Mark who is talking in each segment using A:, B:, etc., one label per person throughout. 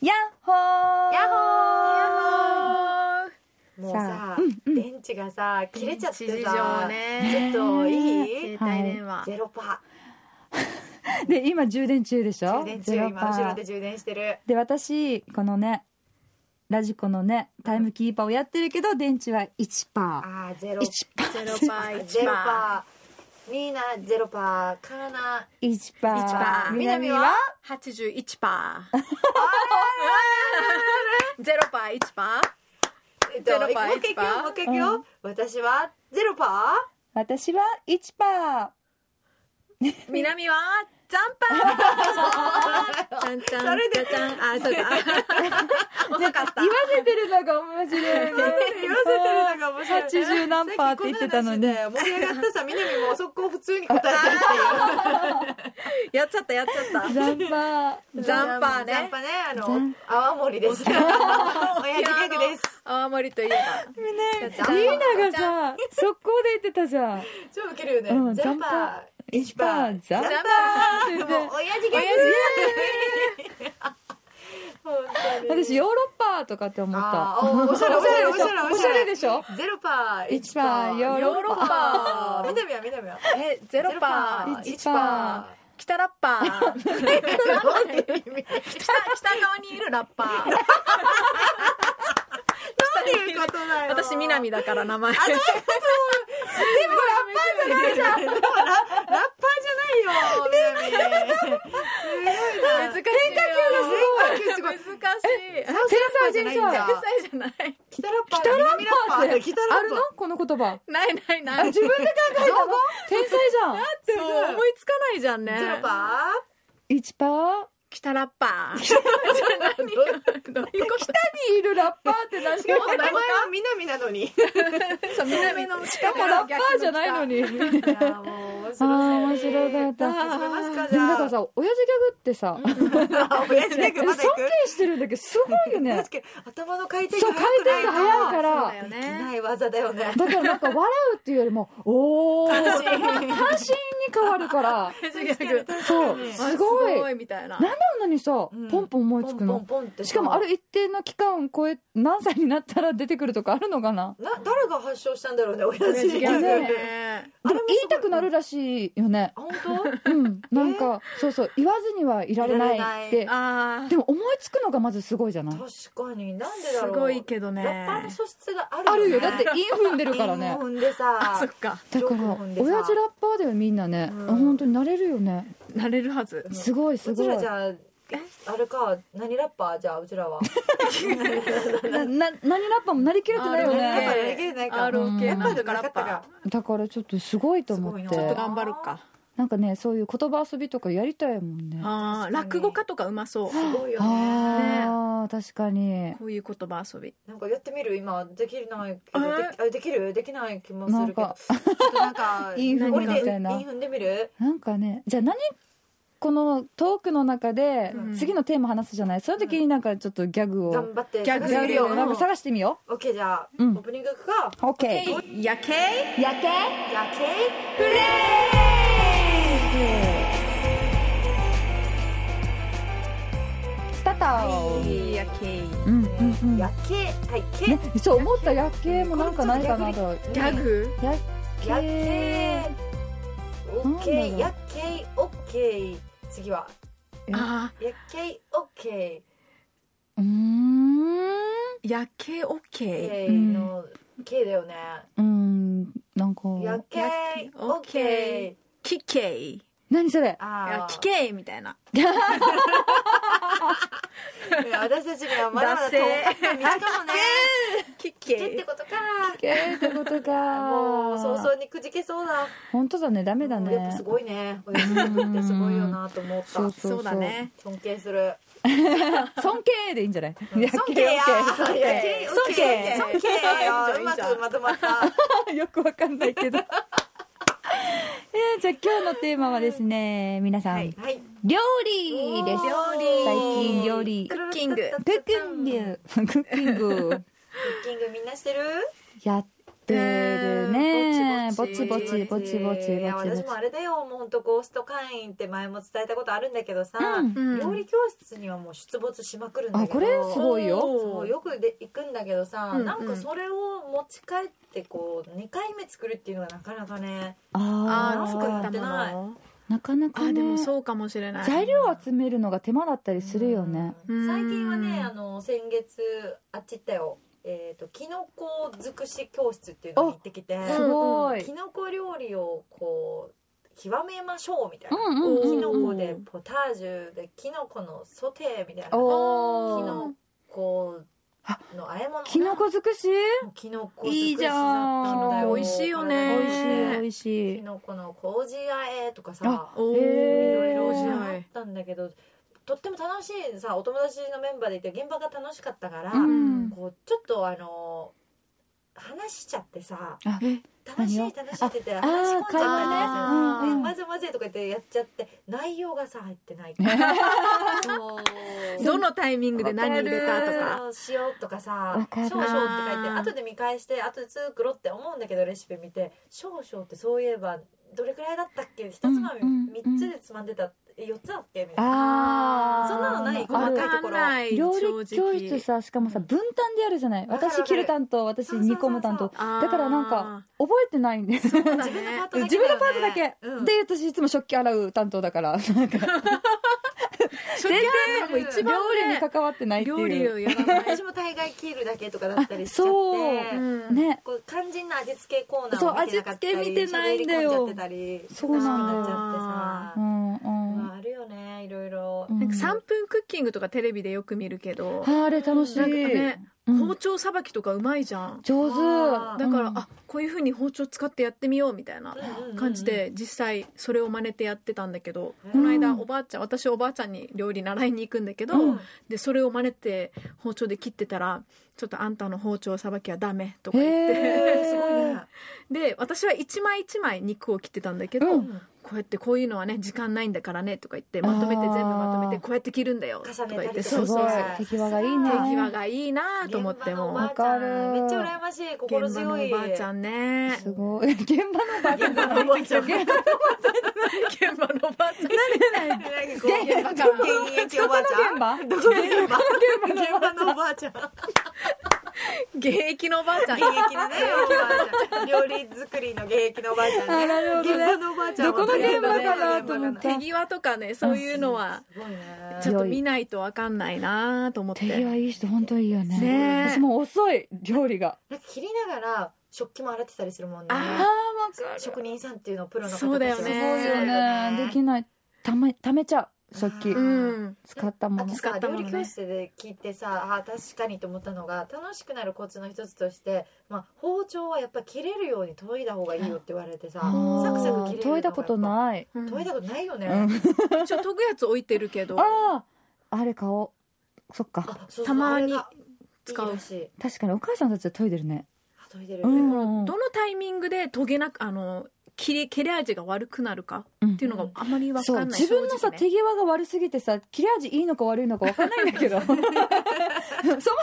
A: やっほー
B: ヤッホ
A: やっ
B: ーもうさ
A: さあうんうん
B: 電池がさ切れちゃって
C: 地
B: さ
C: 上ね
B: ちょっといい
C: 携帯電話、
B: ゼロパ
A: ほーで今充電中でし
B: ー
A: ょ
B: 充電中
A: ゼロパ
B: 今
A: ー
B: 後ろで充電してる
A: で私このねラジコのねタイムキーパーをやってるけど電池は1パ
B: あーゼ
A: ー
B: ロ
A: 1パ
C: ゼロパー
B: ゼ
C: 一
B: ロ
C: パ
B: パーミーナゼロパーカーナ
A: ー1パー
C: 1パー
A: 南
B: 南
A: は
B: は
C: ー八十一パーゼロパー一パ
B: えっと
C: ゼロ
B: もう一
C: パー
B: 回行くよ
C: 一パー
B: もう一回行くよ私はゼロパー
A: 私は1パ
C: ー南はジャンパーちゃんちゃん
B: それで
C: ちゃんちゃんあそうか遅かっ
A: ー言わせてるのが面白いね
B: 言わせてるのが面白い
A: 80何パーって言ってたのに
B: さっきこ話で盛り上がったさ南も速攻普通に答え てるっていう
C: たやっちゃったやっちゃった
A: 残波
C: ザンパーね
B: ザンパね、あ
A: ザ
B: の
A: ン、
B: 泡盛です。 親父ギャグです。
C: 青森といえば
A: ね
C: じ
A: リ
C: ゃあ
A: ーナがさ速攻で言ってたじゃん
B: 超ウケるよね
A: うん。
B: ザ
A: ザ
B: ン
A: ンパ
B: パー。
A: 1パーザンパ
B: ザンパー。もう親父ギャ
A: ー
B: グ。
A: 私
B: よ。
A: ヨーロッパーとかって思った
B: あーおしゃれおしゃれおしゃれ
A: おしゃれでしょ
B: ゼロパー。
A: 1パーヨー
C: ヨ
A: ロ
C: ー
A: ッ
C: ロ
A: パ
C: ッ
B: あ
C: パ
B: ー
C: ー
B: 見てみよう見てみよう。
C: えゼロパー
A: 一
B: 一
A: パ
B: パ
C: 北ラッパー北
B: ー。どういう
C: 北側にいるラッパー
B: ことだよ。
C: 私南だから名前
B: でもラッパーじゃないじゃん。でもララッパーじゃないよ。南
C: 難しい
B: 変
C: 変
B: 化球が
C: 難しい
B: サウスラッパーじゃないんだ
A: 天才じゃん
C: 天才じゃない
B: 北ラッパー。
A: 北ラ
B: 南
A: ッパーって
B: 北ラッパー
A: あるのこの言葉
C: ないないな
A: あ
C: い
A: 自分で考えたの 天才じゃん
C: でも思いつかないじゃんね
B: ゼロパー。
A: 1パー
C: 北ラッパーじゃあ何どういうこと
A: にいるラッパーって何
B: でも名前は南なのに。
C: そう南のし
A: しかもラッパーじゃないのに
B: いやもう面
A: ああ
B: 白い。
A: 面白かった
B: 始めますか
A: で
B: じ
A: も
B: ゃあ。
A: だからさ親父ギャグってさ
B: あ親父ギャグ
A: 尊
B: まだ行く。
A: 敬してるんだけどすごいよね
B: 確かに頭の回転
A: そ
B: が
A: う回
B: 速くな
A: 転が早いから
B: いとでき
C: そうだよね
B: ない技だよね。
A: だからなんか笑うっていうよりもおお関
B: 確
A: 心に
B: かに
A: 変わるから
C: ギャグ
A: そう
C: あ
A: すごい
C: みたいな
A: なんであんなにさ
B: うん
A: ポンポン思い
B: ポ
A: つ
B: ン
A: く
B: ポン
A: の
B: ポンって。
A: しかもある。一定の期間を超え何歳になったら出てくるとかあるのかな
B: な誰が発祥したんだろうね親
C: 親
B: 父
C: 父
B: ギ
C: ギ
B: ャ
C: ャ
B: グ。
C: グ
A: ね
C: ね
A: でも言いたくなるらしいよね
B: あ本
A: うんなんかそうそう言わずにはいられないっ
B: い
A: て
C: あ
A: でも思いつくのがまずすごいじゃない
B: 当？確かになんで
C: ー
B: だ
C: す
B: ろう。
C: ごいけど
B: ラッ
C: ね
B: パーの素質がある。
A: あるよだって。韻踏んでるからね
B: 踏んで
C: あそ
B: さ
C: っ。か
A: だから
B: よく
A: 親
B: 踏ん
A: 父
B: でさ
A: ラッパーだよみんなね、
B: うん
A: あ本当になれるよね
C: なれるはず
A: すごいす
B: う
A: ご
B: ち
A: い
B: らじゃああれか何ラッパーじゃあうちらは。
A: なな何ラッパーもなりきれてないよ
B: なりきれてな
A: ね
B: い
A: うん
C: ROK なんとかラ
B: ラ
C: ッパ
B: ッパーじゃなか
C: ー
B: った
A: だからちょっとすごいと思って
B: すごいなちょっと
C: 頑張るか
A: なんかねそういう言葉遊びとかやりたいもんねあ
C: あー落語家とかうまそう
B: すごいよね。
A: あー確かに
C: こういう言葉遊び
B: なんかやってみる今できないけどで
C: え
B: きあできるできない気もするけ
A: なん
B: どちょっとなんか
A: インフル
B: 俺で
A: み たいな
B: インフルで見る
A: なんかねじゃあ何このトークの中で
C: うん
A: 次のテーマ話すじゃない、その時になんかちょっとギャグを、
B: 頑張って
C: ギャグ
B: 探してみる
C: ギャグ
A: なんか
B: よ
A: 探してみよ
B: オッケーじゃあ、
A: うん
B: オープニングいくか
A: う OK
C: 夜景
A: やけ
B: じゃあケイプレ
A: スタート、
C: 夜景
A: うんうんうん
B: イやけはいけ
A: ね、そう思った夜景もなんかないかなと
C: ギャグ
A: 夜
B: や
A: 景
B: けオッケ
A: なんだろう
B: ーやけオッケー次は
A: え
C: あ
B: やけオッケ
A: うーん
C: ー夜景
B: ー
C: OK
B: ケイのケイだよね
A: うんなんか
B: やけ
C: や
B: オッケー
C: キケイ
A: 何それ
B: あー
C: キケイみたいない
B: や私たちにはまだまだ遠かった道かもね
C: キ
B: 聞けっ
C: ケ
B: て
C: イ
B: ことか
A: けーってことか
B: もう早々にくじけそうだ
A: 本当だねダメだ
B: やっぱ
A: ね
B: すごいね親父ってすごいよなと思った
A: そう
C: そうだね
B: 尊敬する
A: 尊敬でいいんじゃない
B: 尊敬や
A: 尊
B: 尊敬
A: 敬尊敬
B: 尊敬ようまくまとまった
A: よくわかんないけど えーじゃあ今日のテーマはですね皆さん、
C: はい
B: はい
A: 料理です
B: 料理
A: 最近料理ク
C: ッキング
A: ッキングクッキング
B: クッキングみんなしてる
A: やっってるねぼちぼちぼちぼちぼち
B: いや
A: ぼち
B: 私もあれだよもうほんとゴースト会員って前も伝えたことあるんだけどさ、
A: うん
B: うん料
C: 料
B: 理教室にはもう出没しまくるんだけ
A: あ
B: ど
A: これすごいよ
B: そうよくで行くんだけどさ、
C: うんうん
B: なんかそれを持ち帰ってこう2回目作るっていうのがなかなかね
A: あ
B: ー
A: あ
B: そっ
C: ー
B: か
C: 作ったもの
B: やって
A: なかなか
C: あでも
A: ね
C: そうかもしれない
A: 材料集めるのが手間だったりするよね
B: うん最近はね
C: うん
B: あの先月あっち行ったよえっ、ときのこ尽くし教室っていうのに行ってきて
A: すごい
B: きのこ料理をこう極めましょうみたいな、
A: うんうん
B: き
A: うん
B: の
A: うん
B: こでポタージュできのこのソテーみたいな
A: お
B: き
A: ー
B: のこの和え物
A: きのこ尽くし
B: きのこ
A: いいじゃん
C: 美味しいよね
A: 美味しい
C: ね
A: 美味し
B: き
A: い
B: のこの麹和えとかさ
C: おー
A: へー
C: いろいろ
A: 面
C: 面
B: あ
C: 白
B: っ
C: い
B: たんだけどとっても楽しいさお友達のメンバーでいて現場が楽しかったから、
A: うん
B: こうちょっとあの話しちゃってさ
A: あ
B: 楽しい
A: 何を
B: 楽しいって言って
A: あ
B: 話し込んじ
A: あ
B: ゃったりとかさ
C: ー会話ね
B: で
A: うん
B: まぜまぜとか言ってやっちゃって内容がさ入っ てない
C: どのタイミングで何入れたと
A: わ
C: か
B: 塩とかさ
A: わ
B: 「
A: か
B: 少
A: る
B: 々」って書いて
C: あー
B: 後で見返して後で作ろうって思うんだけどレシピ見て「少々」ってそういえばどれくらいだったっけ一つまみ
A: うんうん
B: 3つでつまんでた4つだっけみたいな
A: あー
B: そんなのない
A: あ
C: わ
A: る
B: 細か
C: か
B: いとこ
C: ん
B: ろ
C: ない
A: 料理
C: 正
A: 教
C: 直
A: 室さしかもさ分担でやるじゃない
B: わかるわか
A: 私
B: る
A: 切る担当私
B: そうそうそう
A: 煮
B: そう
A: 込む担当
C: あー
A: だからなんか覚えてないんです
C: そうだね
B: 自分のパートだ
A: 自分のパートだ
B: けだよね
A: け、
B: うん
A: で私いつも食器洗う担当だからなんか
C: 食器洗うのも
A: 料
C: 一番
A: 理に
C: ね
A: 関わってないっていう
C: 料理をやらない
B: 私も大概切るだけとかだったりしちゃ
A: あ
B: っ
A: そう
B: て。
C: うん
A: ね
B: こう肝心な味付けコーナーを見てなかったり
A: そう味付け見てないんだよ
B: 喋り込んじゃってたり
A: そうなんだよ
B: 楽しくなっちゃ
A: うん
B: ってさ
A: うん、
B: まああるよねいろいろ
A: うん
C: なんか3分クッキングとかテレビでよく見るけど、
A: あれ楽しい、
C: なんかね、
A: うん
C: 包丁さばきとかうまいじゃん
A: 上手
B: あー
C: だから、
A: うん
C: あこういう風に包丁使ってやってみようみたいな感じで実際それを真似てやってたんだけど、
B: うん
C: この間おばあちゃん私おばあちゃんに料理習いに行くんだけど、
A: うん
C: でそれを真似て包丁で切ってたら「ちょっとあんたの包丁さばきはダメ」とか言って、
A: へ ー
B: すごいね
C: で私は一枚一枚肉を切ってたんだけど、
A: う
B: うんん
C: こうやってこういうのはね時間ないんだからねとか言ってまとめて全部まとめ
A: あー
C: てこうやって切るんだよと
B: 重
C: か
B: ね
C: 言ったて
B: り
A: す
C: そ
A: ご
C: う
A: い
C: そうそう
A: 手際がいいね
C: 手際がいいなと思っても
A: わ
B: わ
A: か
B: か
A: る
B: るめっちゃ羨ましい心
C: 現場の
B: 強い
C: おばあちゃんね
A: すごい現場のバケ
B: 現場のおばあちゃん現
C: 現場のおばあちゃ
B: 場現
C: ん
B: 役おばあ ちゃん
A: 現場
B: どこの現場現場のおばあちゃん現
C: 現役のおばあちゃん
B: 役のねおばあちゃん料理作りの現役のおばあちゃん
A: あなるほどね
B: 現場のおばあちゃん
A: どこの現場かなと思って
C: 手際とかねそういうのは
B: すごいね
C: ちょっと見ないとわかんないなと思って
A: 手際いい人本当いいよね
C: ねえ
A: 私もう遅い料理が
B: なんか切りながら食器も洗ってたりするもんね
C: あ
A: あ
C: ー
A: あわか
B: 職人さんっていうのプロの方
C: そうだよね
A: そうよねできないためためちゃう食器
C: うん
A: 使ったも
B: あと
A: の
B: さ
C: ったも
B: 料
C: のね
B: 理教室で聞いてさあー確かにと思ったのが楽しくなるコツの一つとして、まあ、包丁はやっぱ切れるように研いだ方がいいよって言われてさ
A: あ
B: サクサク切れ
A: ー
B: る
A: 研いだこと
B: い
A: ない
B: 研いだことないよね、
A: うん
C: 一応研ぐやつ置いてるけど
A: あああれ顔そっか
B: あそうそう
C: たまに
B: あれが
C: 使う
B: いいらしい
A: 確かにお母さんたちは研いでるね
B: あ研いでる、
A: うんうん
C: どのタイミングで研げなくあの切れ切れ味が悪くなるか
A: うん
C: っていうのがあまりわかん
A: そ
C: な
A: う
C: い
A: 自分のさ、
C: 正直
A: 手
C: ね
A: 際が悪すぎてさ切れ味いいのか悪いのか分かんないんだけどそも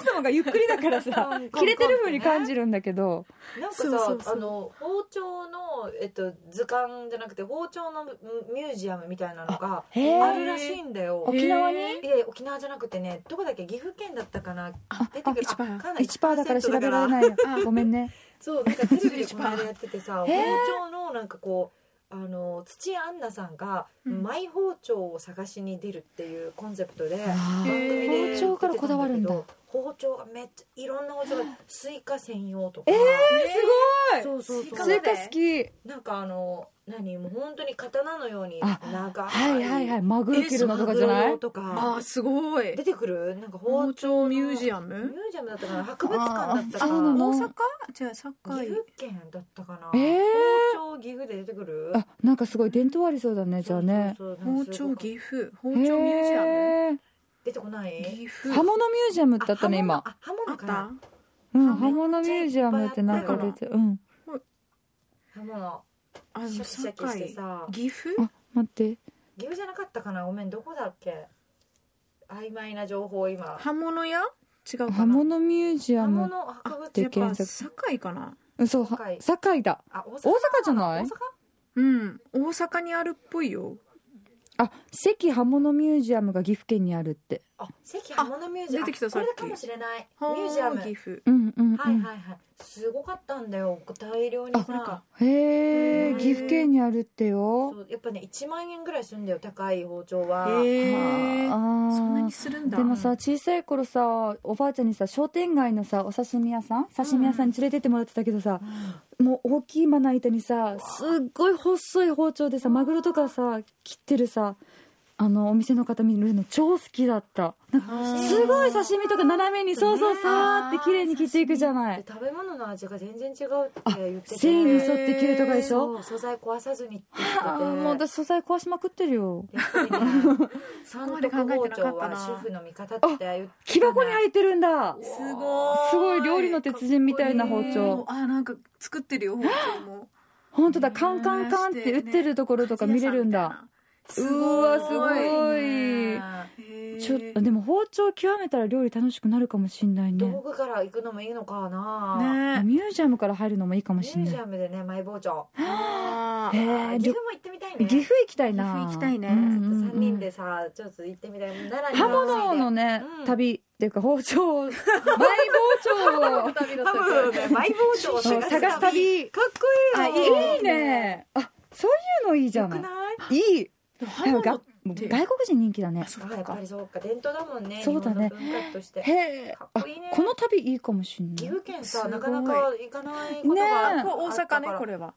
A: そもがゆっくりだからさ
B: うん
A: 切れてる風に感じるんだけど
B: なんかさ
C: そうそうそう
B: あの包丁の、えっと、図鑑じゃなくて包丁のミュージアムみたいなのが
A: へえ
B: あるらしいんだよ
A: 沖縄に
C: へ
B: いや沖縄じゃなくてねどこだっけ岐阜県だったかな出てくる
C: あ1%
B: かなり
A: 1%だから調べられないよ
C: あ
A: ごめんね
B: そうなんかテレビでこの間やっててさ
A: へ
B: 包
A: ー
B: 丁のなんかこうあの土屋アンナさんが
C: うん
B: マイ包丁を探しに出るっていうコンセプトで
A: あ
B: 番組で
A: ー
C: へ
A: 包丁からこだわるんだ
B: 出てたけど包丁がめっちゃいろんな包丁がスイカ専用とか、
A: えす
B: そうそうそう
A: ごいスイカ好き
B: なんかあの何もう本当に刀のように
A: あ
B: 長い
A: はいはいはいマグロ切るのとかじゃ
B: マグ
A: な
B: ロ
A: い
B: とか
C: あーすごい
B: 出てくるなんか包
C: 包
B: 丁
C: 丁ミュージア
B: ミュ
C: ム
B: ージアムだったかな博物館だったか
A: あーそうなの
C: 大阪じゃあ
B: 岐
C: 堺
B: 阜県だったかな、
A: えー
B: 包丁岐阜で出てくる
A: あなんかすごい伝統ありそうだねじゃあね
B: そうそうそうなん
C: 包丁
B: かすごく
C: 岐阜包
A: 包
C: 丁ミュージアム
B: 出てこない
C: 岐阜
A: 刃物ミュージアムだったね
B: あ
A: 今
B: 刃物
C: あ
B: あ刃物
C: っ
B: かな
C: た
A: うん刃物ミュージアムってなんか出てうん
B: 刃物
C: あ
B: シャキシ
C: の
B: ャキして
C: 堺
B: さ
C: 岐阜
A: あ待って
B: 岐阜じゃなかったかなごめんどこだっけ曖昧な情報今
C: 刃物屋違うか
A: 刃
C: な
A: 物ミュージア
B: 刃
A: ム
B: 物
C: あ
B: 博物
A: で
C: やっ
A: 検
C: ぱ
A: 索
C: 堺かな
A: そう
B: 堺
A: 堺だ
B: あ大阪
A: 大阪じゃない
B: 大阪
C: うん大阪にあるっぽいよ
A: あ関刃物ミュージアムが岐阜県にあるって
B: あ関刃物ミュージアム
C: あ出てきた
B: これ
C: さっき
B: かもしれないミ
C: はあ
B: ュージアム
C: 岐阜
A: うんうん、うん
B: はいはいはいすごかったんだよ大量に
A: あ
C: これか
B: さ
A: へ
C: へ
A: え
C: ー
A: 岐阜県にあるってよ
B: そうやっぱね1万円ぐらいするんだよ高い包丁は、
C: へえ
A: あー
C: そんなにするんだ
A: でもさ小さい頃さおばあちゃんにさ商店街のさお刺身屋さん刺身屋さんに連れてってもらってたけどさ、もう大きいまな板にさすっごい細い包丁でさマグロとかさ切ってるさあのお店の方見るの超好きだったなんか
C: あー
A: すごい刺身とか斜めにそうそうさーって綺麗に切っていくじゃない
B: で食べ物の味が全然違うって言ってて
A: 繊維に沿って切るとかでしょ
B: そう素材壊さずにって言
A: あーもう
B: ってて
A: 私素材壊しまくってる よ
B: やっぱりね
C: こ
B: 三
C: まで
B: 徳
C: 考え
B: 包
C: て
B: 丁
C: なかった
B: は
C: な
B: 主婦の味方って言って たね
A: 木箱に入ってるんだ
C: すごい
A: すごい料理の鉄人みたいな包丁
C: かっこいいあなんか作ってるよ包丁も
A: 本当だ カンカンカンって打ってるところとか見れるんだ
C: 鍛冶
A: う
C: 屋
A: わ
C: さ
A: す
C: んみ
A: ご
C: たいないへー
A: ちょでも包丁極めたら料理楽しくなるかもしんないね
B: 道具から行くのもいいのかな、
C: ね
A: ミュージアムから入るのもいいかも
B: ミ
A: しん
B: ュー
A: な
B: ジ
A: い
B: アムでねマイ包丁
C: あ
A: へ
C: ー
A: え
B: 岐阜も行ってみたいね
A: 岐阜行きたいな
C: 岐阜行きたいね
A: うんうんうん
B: 3人でさちょっと行ってみたい奈
A: 刃
B: 良にもついて
A: 物のね、
B: うん
A: 旅っていうか包丁 をマイ包丁を
B: 多分ねマイ包丁を
A: そう
B: 探
A: 探
B: す
A: す旅
B: 旅か
A: あ
B: っこいいよ
A: いいねあそういうのいいじゃ
C: よ
A: な
C: く
A: い
C: ない
A: いい
C: でも刃
A: でも
C: 物
A: が
C: て
A: 外国人人気だね
C: あそ
B: あ
C: う
B: やっぱりそうか伝統だもんね
A: そうだね
B: 日本の文化として
A: へえ
B: かっ
A: あ
B: こいいね
A: この旅いいかもしん
B: 岐
A: ない
B: 阜県
C: す
B: さ
C: ごい
B: なかなか行かないことがあ
A: ねえ
B: ったから
C: これ大阪ねこれは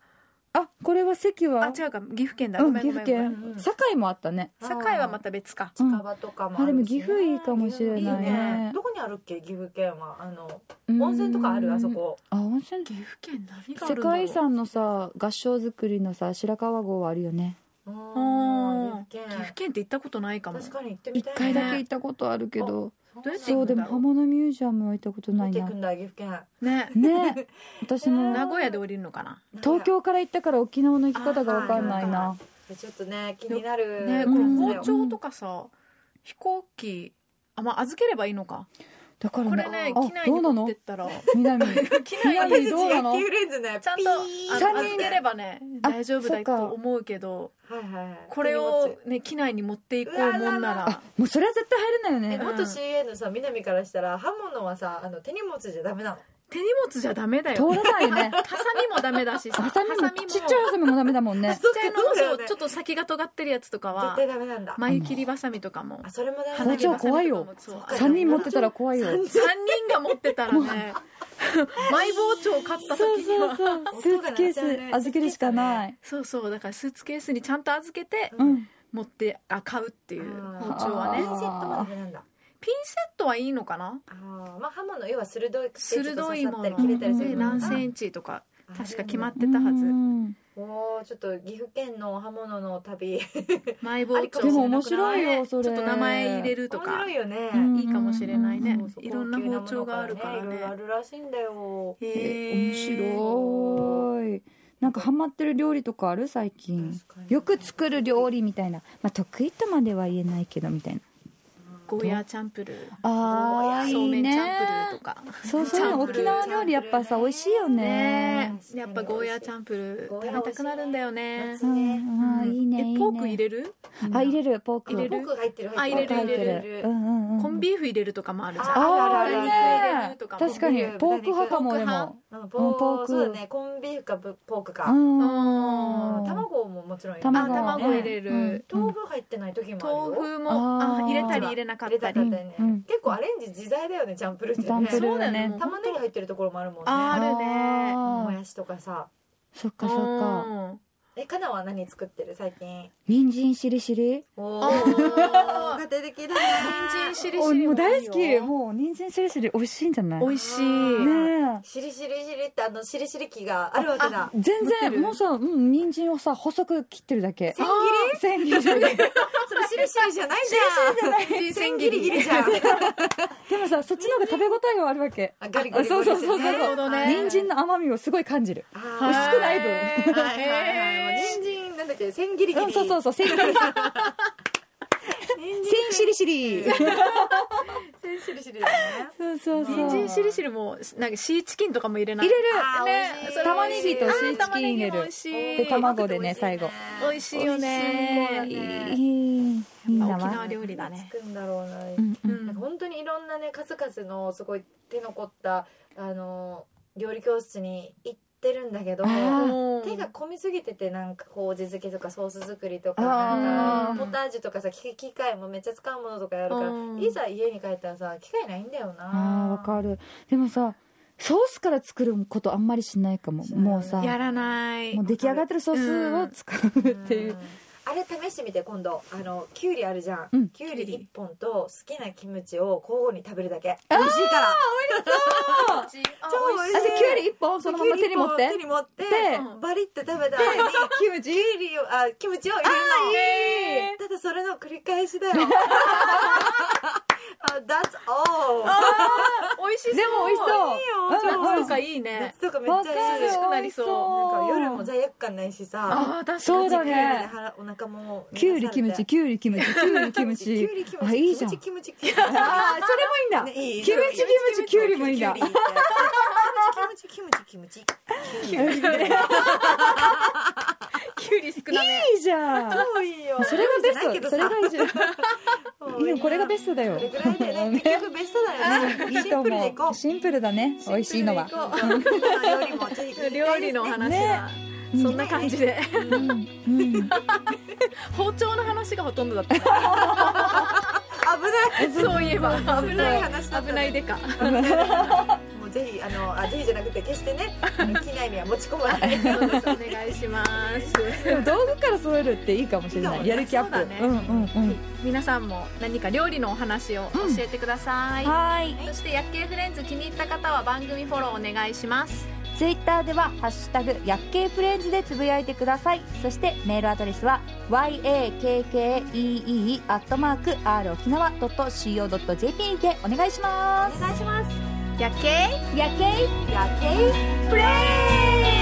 A: あこれは席
C: あ
A: は
C: 違うか岐阜県だ
A: う
C: ご
A: ん
C: めん
A: 岐
C: ごめ
A: 阜
C: んごめん
A: 県
B: うん
A: 堺もあったね
C: 堺はまた別か
A: うん
B: 近場とかも
A: あ
B: あるしね
A: でも岐阜いいかもしれない
B: い
A: ね
B: どこにあるっけ岐阜県はあの
A: うん
B: 温泉とかあるあそこ
A: あ温泉
C: 岐阜県何があ
A: 世
C: るんだろう
A: 界遺産のさ合掌造りのさ白川郷はあるよね
B: う
C: あ
B: ん
C: ー
B: 岐阜
C: 岐阜
B: 県
C: 県って行ったことないかも
B: 確かに行ってみ
A: 一
B: たい
A: 回だけ
B: ね
A: 行ったことあるけど
C: どうやって
A: そうでも刃物ミュージアムは行ったことな
B: 見
A: い
B: て
A: な
B: くんだ岐阜県
C: ね
A: ねえ私も
C: 名古屋で降りるのかな
A: 東京から行ったから沖縄の行き方が分かんない
B: あ
A: な
B: ちょっとね気になる
C: ね、
A: う
C: これ
A: ん
C: 包丁とかさ飛行機あまあ預ければいいのか
A: だから
C: これね
A: あ
C: 機内
A: どう
C: に
A: な
C: 持っ
A: の
C: てったら
A: 南
C: 機内に
A: 南
B: 私
A: どう
B: た
A: な
B: ち
A: の
B: 野球レンズね
C: ちゃん
B: ピ
C: と
B: ー
C: あ
A: 三
C: の
A: 人
C: 預ければね
A: あ
C: 大丈夫だ
A: そっか
C: と思うけど
B: はいはいはい
C: これをね機内に持っていこうもんな
B: うわ
C: ら
A: もうそれは絶対入れない
B: え
A: よね
B: 元 CA のさ南からしたら刃物はさあの手荷物じゃダメなの
C: 手荷物じゃダメだよ
A: 通らないよね
C: ハサミもダメだしさ
A: ハサミ
C: ハサ
A: もちっちゃいハサミもダメだもんね
C: ちっちゃいのも
B: そうだよ
C: そう
B: ね
C: ちょっと先が尖ってるやつとか
B: 絶
C: は
B: 対ダメなんだ
C: 眉切りバサミとかも
B: あそれもダメ
A: 包丁怖いよ
C: そう
A: 3人持ってたら怖いよ
C: 三人が持ってたらね マイ包丁を買った
A: そう
C: 時に
A: そう
C: は
A: そうスーツケース預けるしかない
C: そうそうだからスーツケースにちゃんと預けて
B: う
A: うんん
C: 持ってあ買うっていう包
B: あー
C: 丁はね
B: ピンセットもダメなんだ
C: ピンセットはいいのかな
B: あーまあ刃物要は鋭くてちょっと
C: 鋭
B: 刺
C: い
B: さ
C: も
B: っ
C: の
B: たり切れたりす
C: で
B: るもの
C: 何
B: が
C: センチとか確か決まっ
B: あ
C: てたはず
A: うん
B: でもおーちょっと岐阜県の刃物の旅
C: マイ包丁
B: でも
A: 面白いよそれ
C: ちょっと名前入れると
B: 面
C: か
B: 白いよね
A: うん
C: いいかもしれないね
B: そうそう
C: いろんな包丁があるから
B: 高級なものがねいろいろある
C: ね
B: らしいんだよ
C: へ
A: え
C: ー
A: 面白いなんかハマってる料理とかある最近
B: 確かに
A: よく作る料理みたいな、まあ、得意とまでは言えないけどみたいな
C: ゴーヤーチャンプルー
A: あー
C: そう
A: い
C: め
A: い
C: んチ
A: ね
C: ャンプルーとか
A: そうそういうの
C: チャンプ
A: 沖
C: ルー
A: 縄料理やっぱさ美味しいよね
C: ねやっぱゴーヤーチャンプルー食べたくなるんだよね
B: ゴーヤー美味しいね
A: うんうんいいねいい
C: え
A: ね
C: ポーク入れる
A: あ入れるポーク
C: 入れる
B: ポークが入ってる
C: あ入れる
A: ポーク
C: 入れる
A: うんうんうん
C: コンビーフ入れるとかもあるじゃん
B: あ
A: あ
B: あ
A: あ
B: る
A: る
B: ある
C: ある
A: ね
C: とかも
A: 確かに
B: 豚肉
A: ポーク派かもで
C: 豚
A: も
B: うん
A: う
B: ポ
A: んポー
B: ー
A: ク
B: クそうだねコンビーフかブポークか
A: うん
B: うん卵ももちろん入れる
A: 卵
C: あ
A: はね
C: 卵入れる
A: うん
B: 豆腐入ってない時もあるよ
C: 豆腐も
A: あ
C: あ
A: ー
C: 入れたり入れなか
B: 入
C: っ
B: れ
C: た
B: た
A: うん
B: り
C: り
B: ね
A: うん
B: 結構アレンジ自在だよねチャンプルーって
A: チャンプ
B: ね
A: ルー
C: そうだよね
B: 玉ねぎ入ってるところもあるもん
C: あ
B: ね
C: るね
A: あ
B: も
A: ー
B: やしとかさ
A: そっかそっか
C: うん
B: えかなは何作ってる最近
A: 人参しりしり
B: お
C: あ
B: ー
C: ー
B: 家庭的だね
C: 人参しり
A: お
C: しり
A: もう大好
C: いい
A: き
C: よ
A: もう人参しりしり美味しいんじゃない
C: 美
A: ね
C: 味しい
A: え
B: しりしりしりってあのしりしり機があるわけだ
A: 全
C: 持って
A: 然
C: る
A: もうさうん人参をさ細く切ってるだけ
B: 千
A: 千切り
B: それしりしりじゃないじゃん千切り切りじゃん
A: でもさそっちの方が食べ応えがあるわけ
B: あガリガリ
A: あそ
B: ガ
A: うそ
B: リ
A: うそうそう
C: なるほどね
A: 人参の甘みをすごい感じる
B: 薄
C: はい
A: 薄くない分
B: はいはいはいはい人参なんだっけ千切り切り、
A: うんそうそうそう千切り
B: 人参
A: 千しりしり
C: 千シリシリだね
A: そうそうそう
C: 人参シリシリもなんかシーチキンとかも入れない
A: 入れる
B: あー美味しい
A: 玉ねぎとシーチキン入れ
C: あー玉ねぎも美
A: る
C: 味しい
A: で卵でね最後
C: 美味しいよね
B: 美味しい
C: やっ
A: いいみん
C: ぱ
A: な
C: 沖縄
A: は
C: 料理だね
B: つくんだろうな、
A: うんうん
C: うん
B: なんか本当にいろんなね数々のすごい手の凝ったあの料理教室に行ってるんだけど
A: あー
B: 手が込みすぎててなんかこう味付けとかソース作りとか
A: あー
B: なんか
C: うん
B: ポタージュとかさ機機械もめっちゃ使うものとかやるから
C: うん
B: いざ家に帰ったらさ機械ないんだよ
A: ああ
B: な
A: わかるでもさソースから作ることあんまりしないかも
B: そう
A: もうさ
C: やらない
A: もう出来上がってるソースを作るっていう
B: うんあれ試してみて今度あのきゅうりあるじゃん、
A: うん
B: きゅうり1本と好きなキムチを交互に食べるだけ美味しいから
C: 超
B: 超美味しい
A: あじゃあきゅうり一本そのまま手に持っ
B: 手
A: て
B: に持って
A: で
B: うんバリって食べた後にキムチキュウリをあキムチを入れるのただそれの繰り返しだよ あ That's all
C: 美味しそう
A: でも美味しそう
B: いいよ
C: 夏とかいいね
B: 夏とかめっ
A: わ
B: ち
A: か
B: ゃ
A: る
B: 涼しくな
C: なりそう
B: なんか夜も
A: 美味し
B: 罪悪感ないしさ
C: ああ確かに
A: そうだ
B: キュウリで
A: ね
B: 腹お腹も
A: そうきゅうりキムチきゅうりキムチきゅうりキム
B: キュ
A: チ
B: ウリキム
A: あ
B: チ
A: いいじゃん
B: キムチキムチキムチ
A: ああそれもいいんだ
B: ねいい
A: キムチキムチきゅうりもいいんだ
B: キュウリってキムチキ ムチキムチキムチキムチキムチ
C: きゅうり少なめ
A: いいじゃん
B: 超いいよ
A: それがベス
B: キュウリじゃないけ
A: トそ
B: どさ
A: れがいいじゃんいやこれがベストだよ
B: これぐらいでね結局ベストだよね
A: いいと思う
B: シ
A: シンプルだね美味しいのは
B: ンプルでいこう料理もぜひ聞きた
C: 料
B: いですね
C: 理の話だそんな感じで
A: うんうん
C: 包丁の話がほとんど だった
B: 危
C: そういえば危
B: な
C: ないい
B: 話だったね
C: 危ないでか
B: ないもうぜひあのあぜひじゃなくて決してねあの機内には持ち込まない
C: そうですお願いします
A: でも道具から揃えるっていいかもしれない
B: いい
A: や
B: かも
A: る
B: ね
A: 気アップ
C: そうだね
A: うんうんうん
C: 皆さんも何か料理のお話を教えてください、
A: はい
C: そして薬系フレンズ気に入った方は番組フォローお願いします
A: ツイッターでは「ハッシュタグ薬系フレンズ」でつぶやいてくださいそしてメールアドレスは yakkee.r-okinawa.co.jp でお願いします
B: お願いします
C: 薬系
A: 薬系
B: やけい
A: プレイ